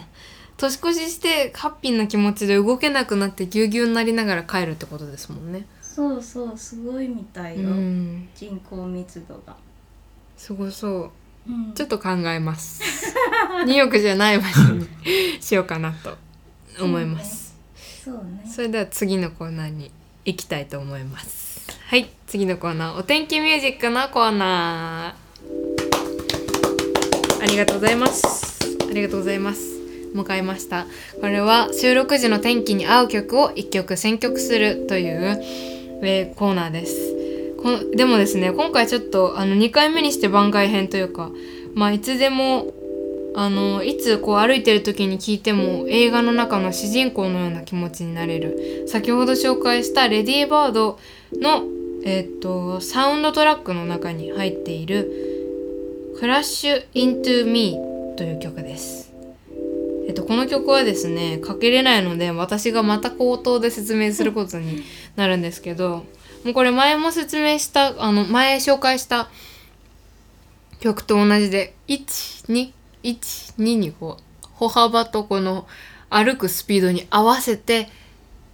[SPEAKER 1] 年越ししてハッピーな気持ちで動けなくなってぎゅうぎゅうになりながら帰るってことですもんね
[SPEAKER 3] そうそうすごいみた
[SPEAKER 1] う
[SPEAKER 3] いよ、
[SPEAKER 1] ん
[SPEAKER 3] 人口密度が、
[SPEAKER 1] すごそう
[SPEAKER 3] うん、
[SPEAKER 1] ちょっと考えます ニューヨークじゃない場所にしようかなと思います、
[SPEAKER 3] そうね
[SPEAKER 1] それでは次のコーナーに行きたいと思いますはい次のコーナーお天気ミュージックのコーナーありがとうございますありがとうございます迎えましたこれは収録時の天気に合う曲を1曲選曲するという、えーコーナーですこのでもですね今回ちょっとあの2回目にして番外編というかまあいつでもあのいつこう歩いてる時に聞いても映画の中の主人公のような気持ちになれる先ほど紹介した「レディー・バードの」えっとサウンドトラックの中に入っている「クラッシュ・イントゥ・ミー」という曲です。えっと、この曲はですねかけれないので私がまた口頭で説明することになるんですけどもうこれ前も説明したあの前紹介した曲と同じで121にこう歩幅とこの歩くスピードに合わせて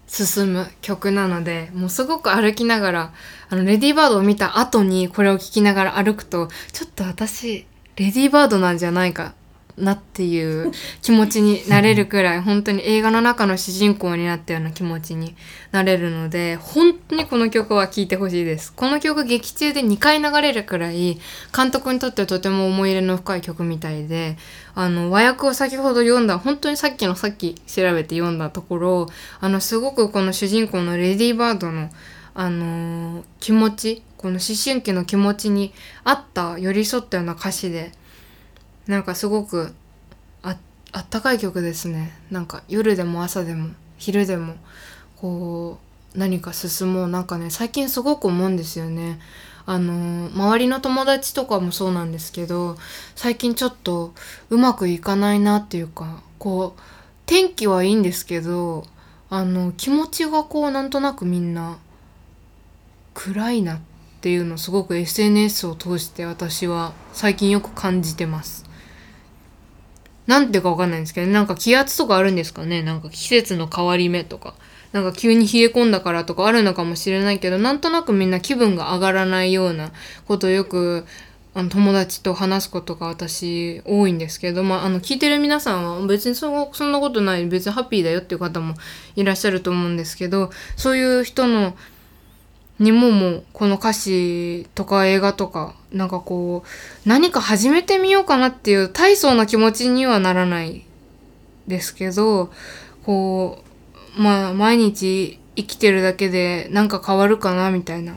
[SPEAKER 1] 進む曲なのでもうすごく歩きながらあのレディーバードを見た後にこれを聴きながら歩くとちょっと私レディーバードなんじゃないかなっていう気持ちになれるくらい本当に映画の中の主人公になったような気持ちになれるので本当にこの曲は聴いてほしいですこの曲劇中で2回流れるくらい監督にとってはとても思い入れの深い曲みたいであの和訳を先ほど読んだ本当にさっきのさっき調べて読んだところあのすごくこの主人公のレディーバードのあのー気持ちこの思春期の気持ちに合った寄り添ったような歌詞でなんかすごくああったかい曲ですねなんか夜でも朝でも昼でもこう何か進もうなんかね最近すごく思うんですよねあのー周りの友達とかもそうなんですけど最近ちょっとうまくいかないなっていうかこう天気はいいんですけどあの気持ちがこうなんとなくみんな暗いなっていうのをすごく SNS を通して私は最近よく感じてます。なんてかわかんないんですけど、なんか気圧とかあるんですかねなんか季節の変わり目とか。なんか急に冷え込んだからとかあるのかもしれないけど、なんとなくみんな気分が上がらないようなことをよくあの友達と話すことが私多いんですけど、まあ、あの聞いてる皆さんは別にそそんなことない別にハッピーだよっていう方もいらっしゃると思うんですけどそういう人のにももうこの歌詞とか映画とかなんかこう何か始めてみようかなっていう大層な気持ちにはならないですけどこうまあ毎日生きてるだけでなんか変わるかなみたいな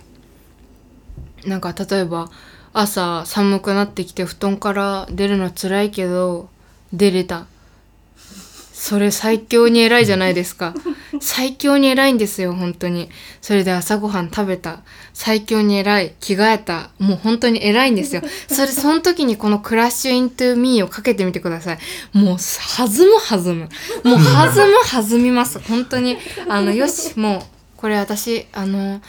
[SPEAKER 1] なんか例えば朝寒くなってきて布団から出るの辛いけど出れたそれ最強に偉いじゃないですか最強に偉いんですよ本当にそれで朝ごはん食べた最強に偉い着替えたもう本当に偉いんですよそれその時にこの「クラッシュ・イントゥ・ミー」をかけてみてくださいもう弾む弾むもう弾む弾みます本当にあのよしもうこれ私あの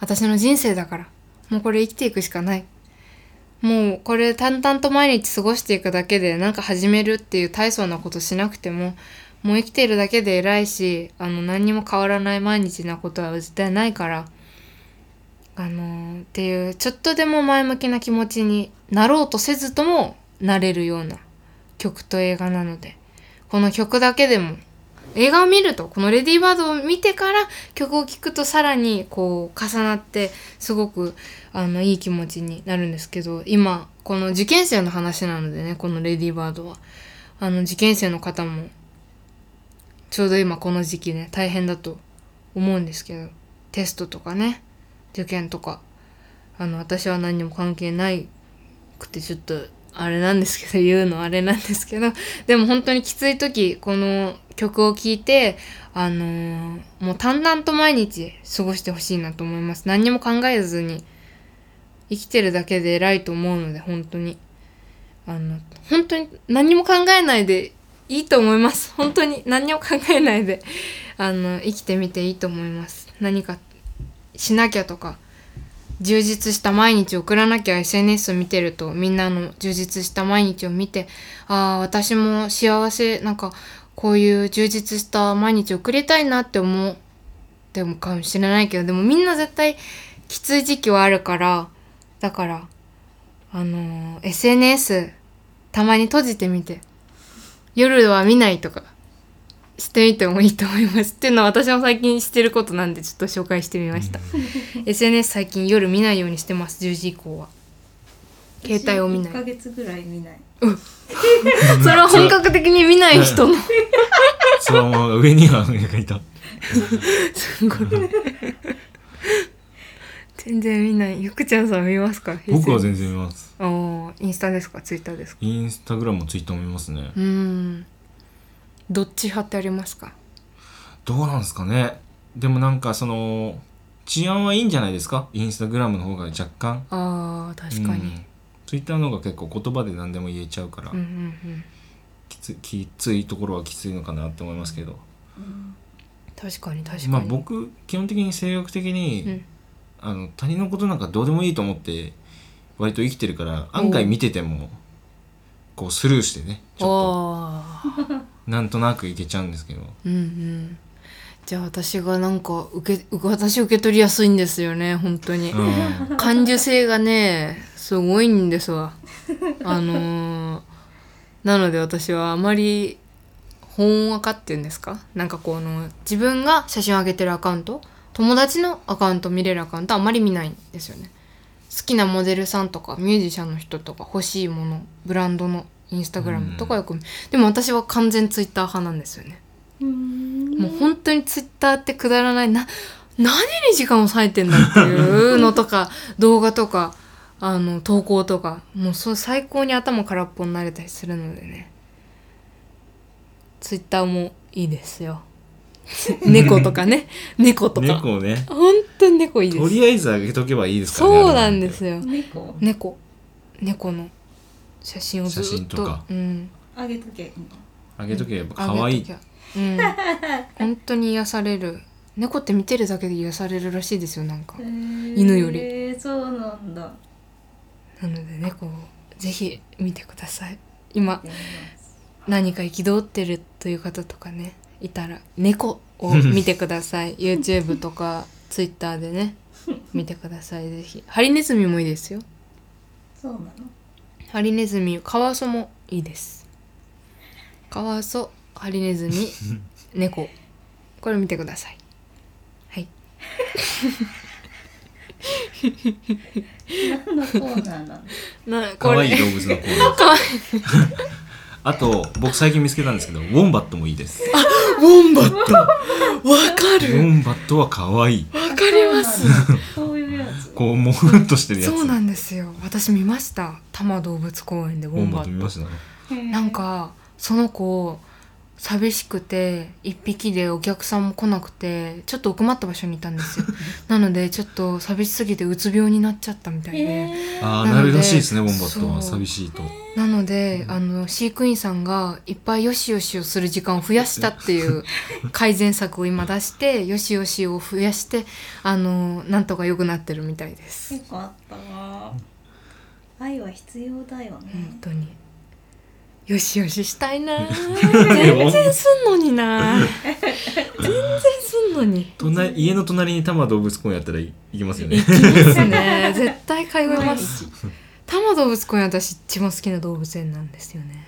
[SPEAKER 1] 私の人生だからもうこれ生きていくしかないもうこれ淡々と毎日過ごしていくだけでなんか始めるっていう大層なことしなくてももう生きているだけで偉いしあの何にも変わらない毎日なことは絶対ないからあのっていうちょっとでも前向きな気持ちになろうとせずともなれるような曲と映画なのでこの曲だけでも映画を見るとこの「レディーバード」を見てから曲を聴くとさらにこう重なってすごくあのいい気持ちになるんですけど今この受験生の話なのでねこの「レディーバードは」あの受験生の方もちょうど今この時期ね大変だと思うんですけどテストとかね受験とかあの私は何にも関係ないくてちょっとあれなんですけど言うのあれなんですけどでも本当にきつい時この曲を聴いてあのーもう淡々と毎日過ごしてほしいなと思います何にも考えずに生きてるだけで偉いと思うので本当にあの本当に何にも考えないでいいと思います本当に何にも考えないであの生きてみていいと思います何かしなきゃとか充実した毎日を送らなきゃ SNS を見てるとみんなの充実した毎日を見てああ私も幸せなんかこういう充実した毎日を送りたいなって思ってもかもしれないけどでもみんな絶対きつい時期はあるからだからあのー SNS たまに閉じてみて夜は見ないとかしてみてもいいと思いますっていうのは私も最近してることなんでちょっと紹介してみました SNS 最近夜見ないようにしてます10時以降は携帯を見ない
[SPEAKER 3] 1ヶ月ぐらい見ない
[SPEAKER 1] それは本格的に見ない人の
[SPEAKER 2] そのまま上には上が いた。
[SPEAKER 1] すごい 全然見ないゆくちゃんさん見ますか
[SPEAKER 2] 僕は全然見ます。
[SPEAKER 1] おインスタですかツイッターですか
[SPEAKER 2] インスタグラムもツイッターも見ますね
[SPEAKER 1] う。んどっち派ってありますか
[SPEAKER 2] どうなんですかね。でもなんかその、治安はいいんじゃないですかインスタグラムの方が若干。
[SPEAKER 1] あー確か
[SPEAKER 2] う
[SPEAKER 1] に
[SPEAKER 2] ん、ツイッターの方が結構言葉で何でも言えちゃうから、
[SPEAKER 1] うんうんうん、
[SPEAKER 2] きつきついところはきついのかなって思いますけど。
[SPEAKER 1] 確かに確かに、
[SPEAKER 2] まあ僕、基本的に性欲的に、
[SPEAKER 1] うん
[SPEAKER 2] あの他人のことなんかどうでもいいと思って割と生きてるから案外見ててもこうスルーしてねちょっ
[SPEAKER 1] あー
[SPEAKER 2] となんとなくいけちゃうんです けど
[SPEAKER 1] うんうんじゃあ私がなんか受け私受け取りやすいんですよね本当に、
[SPEAKER 2] うん
[SPEAKER 1] 感受性がねすごいんですわあのーなので私はあまり本赤っていうんですかなんかこの自分が写真を上げてるアカウント友達のアカウント見れるアカウントあまり見ないんですよね好きなモデルさんとかミュージシャンの人とか欲しいものブランドのインスタグラムとかよく見でも私は完全ツイッター派なんですよね
[SPEAKER 3] うん
[SPEAKER 1] もう本当にツイッターってくだらないな何に時間を割いてんだっていうのと か動画とかあの投稿とかもうそう最高に頭空っぽになれたりするのでねツイッターもいいですよ猫とか ね猫とか
[SPEAKER 2] 猫ね
[SPEAKER 1] 本当に猫いいで
[SPEAKER 2] と
[SPEAKER 1] す
[SPEAKER 2] りあえずあげとけばいいですからね
[SPEAKER 1] そうなんですよ
[SPEAKER 3] 猫
[SPEAKER 1] 猫猫の写真をずっと
[SPEAKER 2] 写真とか
[SPEAKER 1] うん、
[SPEAKER 3] あげとけ
[SPEAKER 2] あげとけば可愛
[SPEAKER 1] あげ
[SPEAKER 2] い
[SPEAKER 1] ときゃうん本当に癒される猫って見てるだけで癒されるらしいですよなんか
[SPEAKER 3] 犬
[SPEAKER 1] より
[SPEAKER 3] そうなんだ
[SPEAKER 1] なので猫をぜひ見てください今
[SPEAKER 3] でも
[SPEAKER 1] 何か憤ってるという方とかねいたら猫を見てくださ い YouTube とか Twitter でね見てくださいぜひハリネズミもいいですよ
[SPEAKER 3] そうなの
[SPEAKER 1] ハリネズミカワウソもいいですカワウソハリネズミ 猫これ見てくださいはい
[SPEAKER 3] 何のコー ナーなの
[SPEAKER 1] なこ
[SPEAKER 2] 可
[SPEAKER 1] れ
[SPEAKER 2] 愛い動物のコーナー あと僕最近見つけたんですけどウォンバットもいいですウ
[SPEAKER 1] ウォンバットわか
[SPEAKER 2] ォ
[SPEAKER 1] る
[SPEAKER 2] ンバットは可愛い
[SPEAKER 1] わかります
[SPEAKER 3] そうなのそういうやつ
[SPEAKER 2] こうもふっとしてるやつ
[SPEAKER 1] そうなんですよ私見ました多摩動物公園でウ
[SPEAKER 2] ウォ
[SPEAKER 1] ォ
[SPEAKER 2] ン
[SPEAKER 1] ン
[SPEAKER 2] バッ
[SPEAKER 1] バ
[SPEAKER 2] ト見
[SPEAKER 1] ッ
[SPEAKER 2] ま
[SPEAKER 1] ト
[SPEAKER 2] したね
[SPEAKER 1] なんかその子寂しくて一匹でお客さんも来なくてちょっと奥まった場所にいたんです よなのでちょっと寂しすぎてうつ病になっちゃったみたいで、
[SPEAKER 3] へー
[SPEAKER 1] なの
[SPEAKER 2] ああ
[SPEAKER 1] で
[SPEAKER 2] なるらしいですねウォンバットは
[SPEAKER 1] そう
[SPEAKER 2] 寂しいと
[SPEAKER 1] なので、あの飼育員さんがいっぱいよしよしをする時間を増やしたって いう改善策を今出してよしよしを増やしてあのなんとか良くなってるみたいです
[SPEAKER 3] 結構あったわ愛は必要だよ
[SPEAKER 1] 本
[SPEAKER 3] ね
[SPEAKER 1] 当によしよししたいな全然すんのにな全然すんのに
[SPEAKER 2] 隣家の隣に多摩動物公園やったらい行きますよね
[SPEAKER 1] ですね絶対通います多摩動物公園私一番好きな動物園なんですよね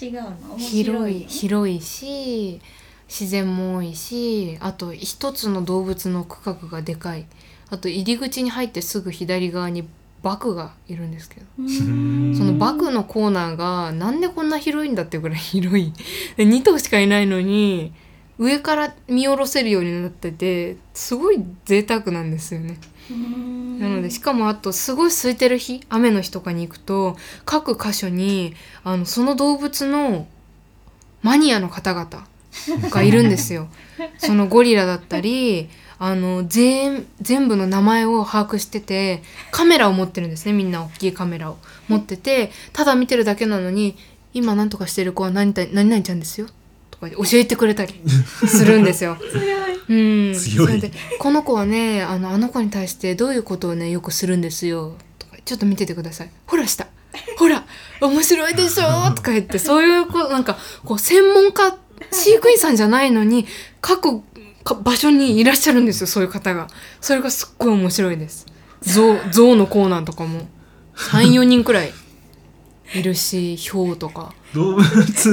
[SPEAKER 3] 違うの面白
[SPEAKER 1] 広い
[SPEAKER 3] い
[SPEAKER 1] 広いし自然も多いしあと一つの動物の区画がでかいあと入り口に入ってすぐ左側にバクがいるんですけど
[SPEAKER 3] うーん
[SPEAKER 1] そのバクのコーナーがなんでこんな広いんだっていうぐらい広いで2頭しかいないのに上から見下ろせるようになっててすごい贅沢なんですよね
[SPEAKER 3] うーん
[SPEAKER 1] なのでしかもあとすごい空いてる日雨の日とかに行くと各箇所にあのその動物のマニアの方々がいるんです よ。そのゴリラだったりあの全全部の名前を把握しててカメラを持ってるんですねみんな大きいカメラを持っててただ見てるだけなのに「今何とかしてる子は何々何々ちゃんですよ」とか教えてくれたりするんですよ。
[SPEAKER 3] 強い
[SPEAKER 1] うん、
[SPEAKER 2] 強い
[SPEAKER 1] それでこの子はねあのあの子に対してどういうことをねよくするんですよとかちょっと見ててくださいほらしたほら面白いでし ょとか言ってそういうこなんかこう専門家飼育員さんじゃないのに各か場所にいらっしゃるんですよそういう方がそれがすっごい面白いです象象のコーナーとかも34人くらいいるしヒョウとか
[SPEAKER 2] 動物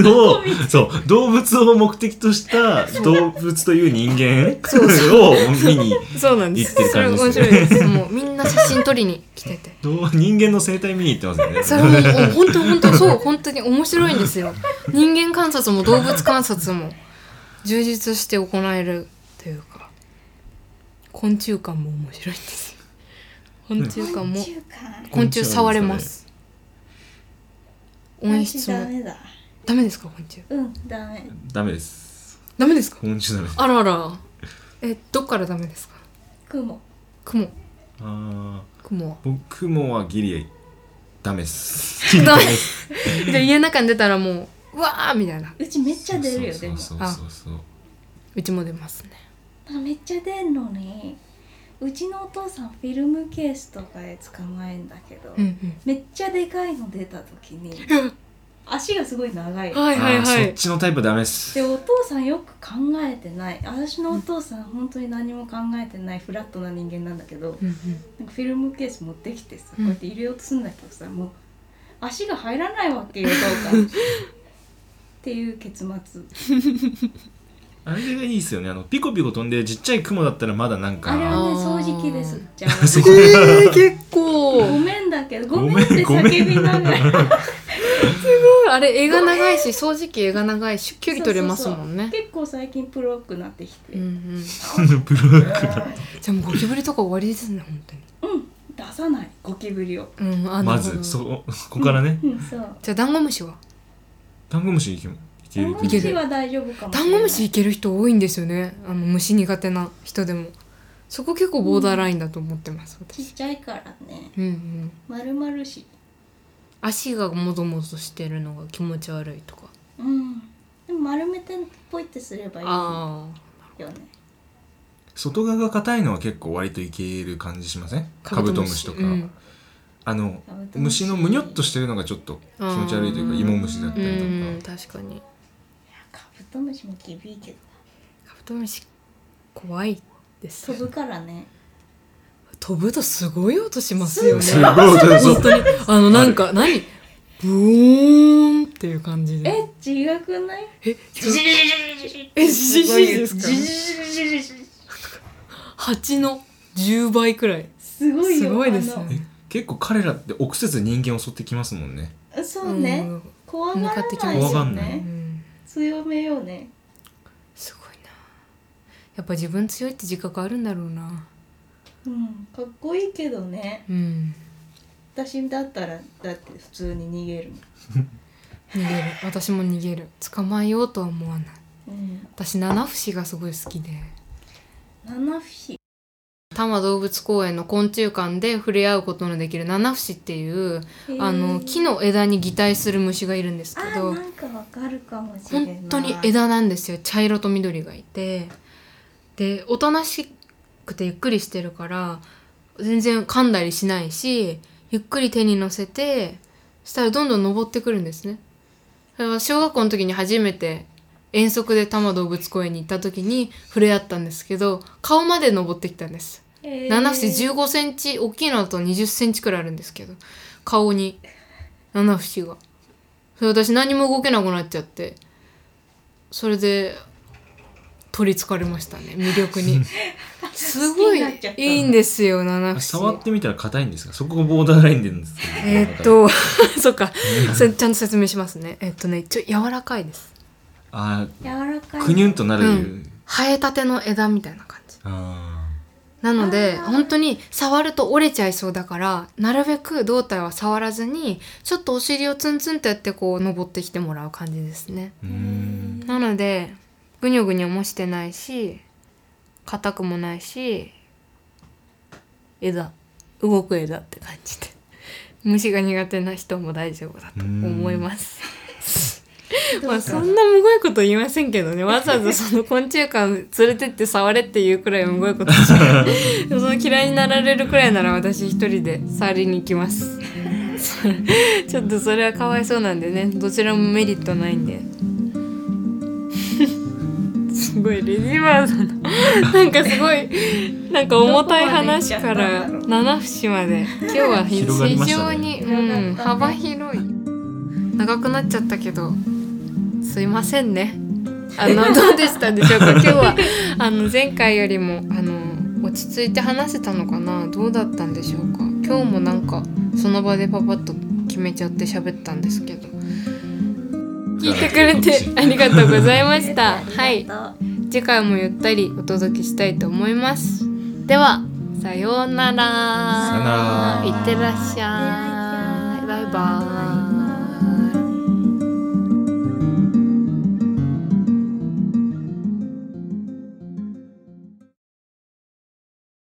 [SPEAKER 2] をそう動物を目的とした動物という人間を見に
[SPEAKER 1] そうなんです
[SPEAKER 2] 言ってる
[SPEAKER 1] それ
[SPEAKER 2] 感じ
[SPEAKER 1] 面白
[SPEAKER 2] ですね
[SPEAKER 1] いですもうみんな写真撮りに来てて
[SPEAKER 2] どう人間の生態見に行ってますよね
[SPEAKER 1] それももう本当本当そう本当に面白いん ですよ人間観察も動物観察も充実して行えるというか昆虫館も面白いんですよ昆虫館も
[SPEAKER 3] 中間
[SPEAKER 1] 昆虫触れます音質
[SPEAKER 3] ダ
[SPEAKER 1] も
[SPEAKER 3] メだ
[SPEAKER 1] ダメですか昆虫
[SPEAKER 3] うんダメ
[SPEAKER 2] ダメです
[SPEAKER 1] ダメですか
[SPEAKER 2] 昆虫ダメです
[SPEAKER 1] あらあらえどっからダメですか
[SPEAKER 3] 雲
[SPEAKER 1] 雲
[SPEAKER 2] あ
[SPEAKER 1] 雲は
[SPEAKER 2] ー僕もはギリダメです
[SPEAKER 1] ダメですじゃあ家の中に出たらもううわーみたいな
[SPEAKER 3] うちめっちゃ出るよ
[SPEAKER 2] そ
[SPEAKER 3] で
[SPEAKER 2] う
[SPEAKER 3] も
[SPEAKER 2] そうそうそう
[SPEAKER 1] うちも出ますね
[SPEAKER 3] あめっちゃ出んのにうちのお父さんフィルムケースとかで捕まえんだけど、
[SPEAKER 1] うん
[SPEAKER 3] めっちゃでかいの出た時に足がすごい長い
[SPEAKER 1] うんはいはい
[SPEAKER 2] あ
[SPEAKER 1] は
[SPEAKER 2] ーそ
[SPEAKER 1] い
[SPEAKER 2] っちのタイプダメです
[SPEAKER 3] でお父さんよく考えてない私のお父さん本当に何も考えてないフラットな人間なんだけど
[SPEAKER 1] うんうん
[SPEAKER 3] なんかフィルムケース持ってきてさ
[SPEAKER 1] う
[SPEAKER 3] こ
[SPEAKER 1] ん
[SPEAKER 3] うやって入れようとするんだけどさ、もう足が入らないわっていうどうかっていう結末
[SPEAKER 2] あれがいいですよねあのピコピコ飛んでちっちゃい雲だったらまだなんか
[SPEAKER 3] あれはね
[SPEAKER 1] あー
[SPEAKER 3] 掃除機ですっちゃ
[SPEAKER 2] そうこ
[SPEAKER 1] えー、結構
[SPEAKER 3] ごめんだけどごめんって
[SPEAKER 2] ごめん
[SPEAKER 3] 叫びながら
[SPEAKER 1] あれ絵が長いし掃除機絵が長いし距離取れますもんね
[SPEAKER 3] そうそうそう結構最近プロ多くなってきて、
[SPEAKER 1] うんうん
[SPEAKER 2] ブロック
[SPEAKER 1] じゃあもうゴキブリとか終わりですね本
[SPEAKER 3] 出さないゴキブリを
[SPEAKER 1] 当にうんあな
[SPEAKER 2] ま
[SPEAKER 1] るほ
[SPEAKER 2] ず
[SPEAKER 1] ど
[SPEAKER 2] そそ こからね
[SPEAKER 3] うんそう
[SPEAKER 1] じゃあダンゴムシは
[SPEAKER 2] ダンゴムシいけるいけ
[SPEAKER 3] ダン
[SPEAKER 2] る
[SPEAKER 3] ゴ
[SPEAKER 1] い
[SPEAKER 3] ム
[SPEAKER 1] け
[SPEAKER 3] シ
[SPEAKER 1] る
[SPEAKER 3] は大丈夫かもし
[SPEAKER 1] ダ
[SPEAKER 3] れな
[SPEAKER 1] ン
[SPEAKER 3] い
[SPEAKER 1] ゴムシいける人多いんですよねあの虫苦手な人でもそこ結構ボーダーラインだと思ってます、
[SPEAKER 3] ちっ
[SPEAKER 1] 私
[SPEAKER 3] ちゃいからね
[SPEAKER 1] うんうん
[SPEAKER 3] 丸々し
[SPEAKER 1] 足がもぞもぞしてるのが気持ち悪いとか
[SPEAKER 3] うんでも丸めてポイってすればいい
[SPEAKER 1] ああ
[SPEAKER 3] よね
[SPEAKER 2] 外側が硬いのは結構割といける感じしませんカブトムシとか、
[SPEAKER 1] うん
[SPEAKER 2] あの
[SPEAKER 3] カブトム
[SPEAKER 2] 虫
[SPEAKER 3] シ
[SPEAKER 2] のむにょっとしてるのがちょっと気持ち悪いという
[SPEAKER 1] あ
[SPEAKER 2] か
[SPEAKER 1] ー
[SPEAKER 2] 芋虫だった
[SPEAKER 1] う
[SPEAKER 2] りとか、
[SPEAKER 1] ん確かに
[SPEAKER 3] カブトムシも厳しいけど
[SPEAKER 1] カブトムシ怖いです
[SPEAKER 3] 飛ぶからね
[SPEAKER 1] 飛ぶとすごい音しますよね
[SPEAKER 2] すごい音です
[SPEAKER 1] 本当にあのなんか何ブーンっていう感じで
[SPEAKER 3] え違くない
[SPEAKER 1] え
[SPEAKER 3] ジジジジジジ
[SPEAKER 1] えジジジですか
[SPEAKER 3] ジジジジジ
[SPEAKER 1] 蜂の10倍くらい
[SPEAKER 3] すごいよ
[SPEAKER 1] すごいですよね
[SPEAKER 2] 結構彼らって臆せず人間を襲ってきますもんね
[SPEAKER 3] あのそうね、
[SPEAKER 1] うん
[SPEAKER 3] 怖がらない
[SPEAKER 2] 怖が
[SPEAKER 3] よ
[SPEAKER 2] んな
[SPEAKER 1] う
[SPEAKER 2] い
[SPEAKER 3] ね
[SPEAKER 1] ん
[SPEAKER 3] 強めようね
[SPEAKER 1] すごいなやっぱ自分強いって自覚あるんだろうな
[SPEAKER 3] うんかっこいいけどね
[SPEAKER 1] うん
[SPEAKER 3] 私だったらだって普通に逃げる
[SPEAKER 1] 逃げる私も逃げる捕まえようとは思わない
[SPEAKER 3] もん、うん、
[SPEAKER 1] 私七節がすごい好きで
[SPEAKER 3] 七不思
[SPEAKER 1] 多摩動物公園の昆虫館で触れ合うことのできる七節っていう
[SPEAKER 3] 議
[SPEAKER 1] あの木の枝に擬態する虫がいるんです
[SPEAKER 3] あ
[SPEAKER 1] け
[SPEAKER 3] ー
[SPEAKER 1] ど
[SPEAKER 3] なんかわかるかもしれない
[SPEAKER 1] 本当に枝なんですよ茶色と緑がいてでおとなしくてゆっくりしてるから全然噛んだりしないしゆっくり手に乗せてしたらどんどん登ってくるんですね。それは小学校の時に初めて遠足で多摩動物公園に行った時に触れ合ったんですけど顔まで登ってきたんです。
[SPEAKER 3] えー
[SPEAKER 1] 七節15センチ大きいのだと20センチくらいあるんですけど顔に七節がそれ私何も動けなくなっちゃってそれで取りつかれましたね魅力 にすごい
[SPEAKER 3] 好きになっちゃった
[SPEAKER 1] いいんですよ七節
[SPEAKER 2] 触ってみたら硬いんですがそこがボーダーラインでるんですけど
[SPEAKER 1] えーっと そっ かそれちゃんと説明しますねえーっとねちょ柔らかいです
[SPEAKER 2] あ
[SPEAKER 3] 柔らかい
[SPEAKER 2] ーくにゅんとなる、
[SPEAKER 1] うん生えたての枝みたいな感じ
[SPEAKER 2] あ
[SPEAKER 1] なので
[SPEAKER 3] あー
[SPEAKER 1] 本当に触ると折れちゃいそうだからなるべく胴体は触らずにちょっとお尻をツンツンってやってこう登ってきてもらう感じですね
[SPEAKER 2] ーうー
[SPEAKER 3] うん
[SPEAKER 1] なのでぐにょぐにょもしてないし硬くもないし枝動く枝って感じで虫が苦手な人も大丈夫だと思いますまあそんなむごいこと言いませんけどねわざ わざその昆虫館連れてって触れっていうくらいむごいことしないその嫌いになられるくらいなら私一人で触りに行きます ちょっとそれはかわいそうなんでねどちらもメリットないん ですごいレジバーさんのなんかすごいなんか重たい話から七節まで今日は非
[SPEAKER 2] 広がりました
[SPEAKER 1] 常
[SPEAKER 2] ね
[SPEAKER 1] に、
[SPEAKER 3] 広がった
[SPEAKER 1] う
[SPEAKER 3] ね
[SPEAKER 1] ん、幅広い長くなっちゃったけどすいませんねあの どうでしたでしょうか今日はあの前回よりもあの落ち着いて話せたのかなどうだったんでしょうか今日もなんかその場でパパッと決めちゃって喋ったんですけど聞いてくれてありがとうございましたはい
[SPEAKER 3] あ
[SPEAKER 1] 次回もゆったりお届けしたいと思いますではさようなら
[SPEAKER 2] さよなら
[SPEAKER 1] いってらっしゃいバイバイ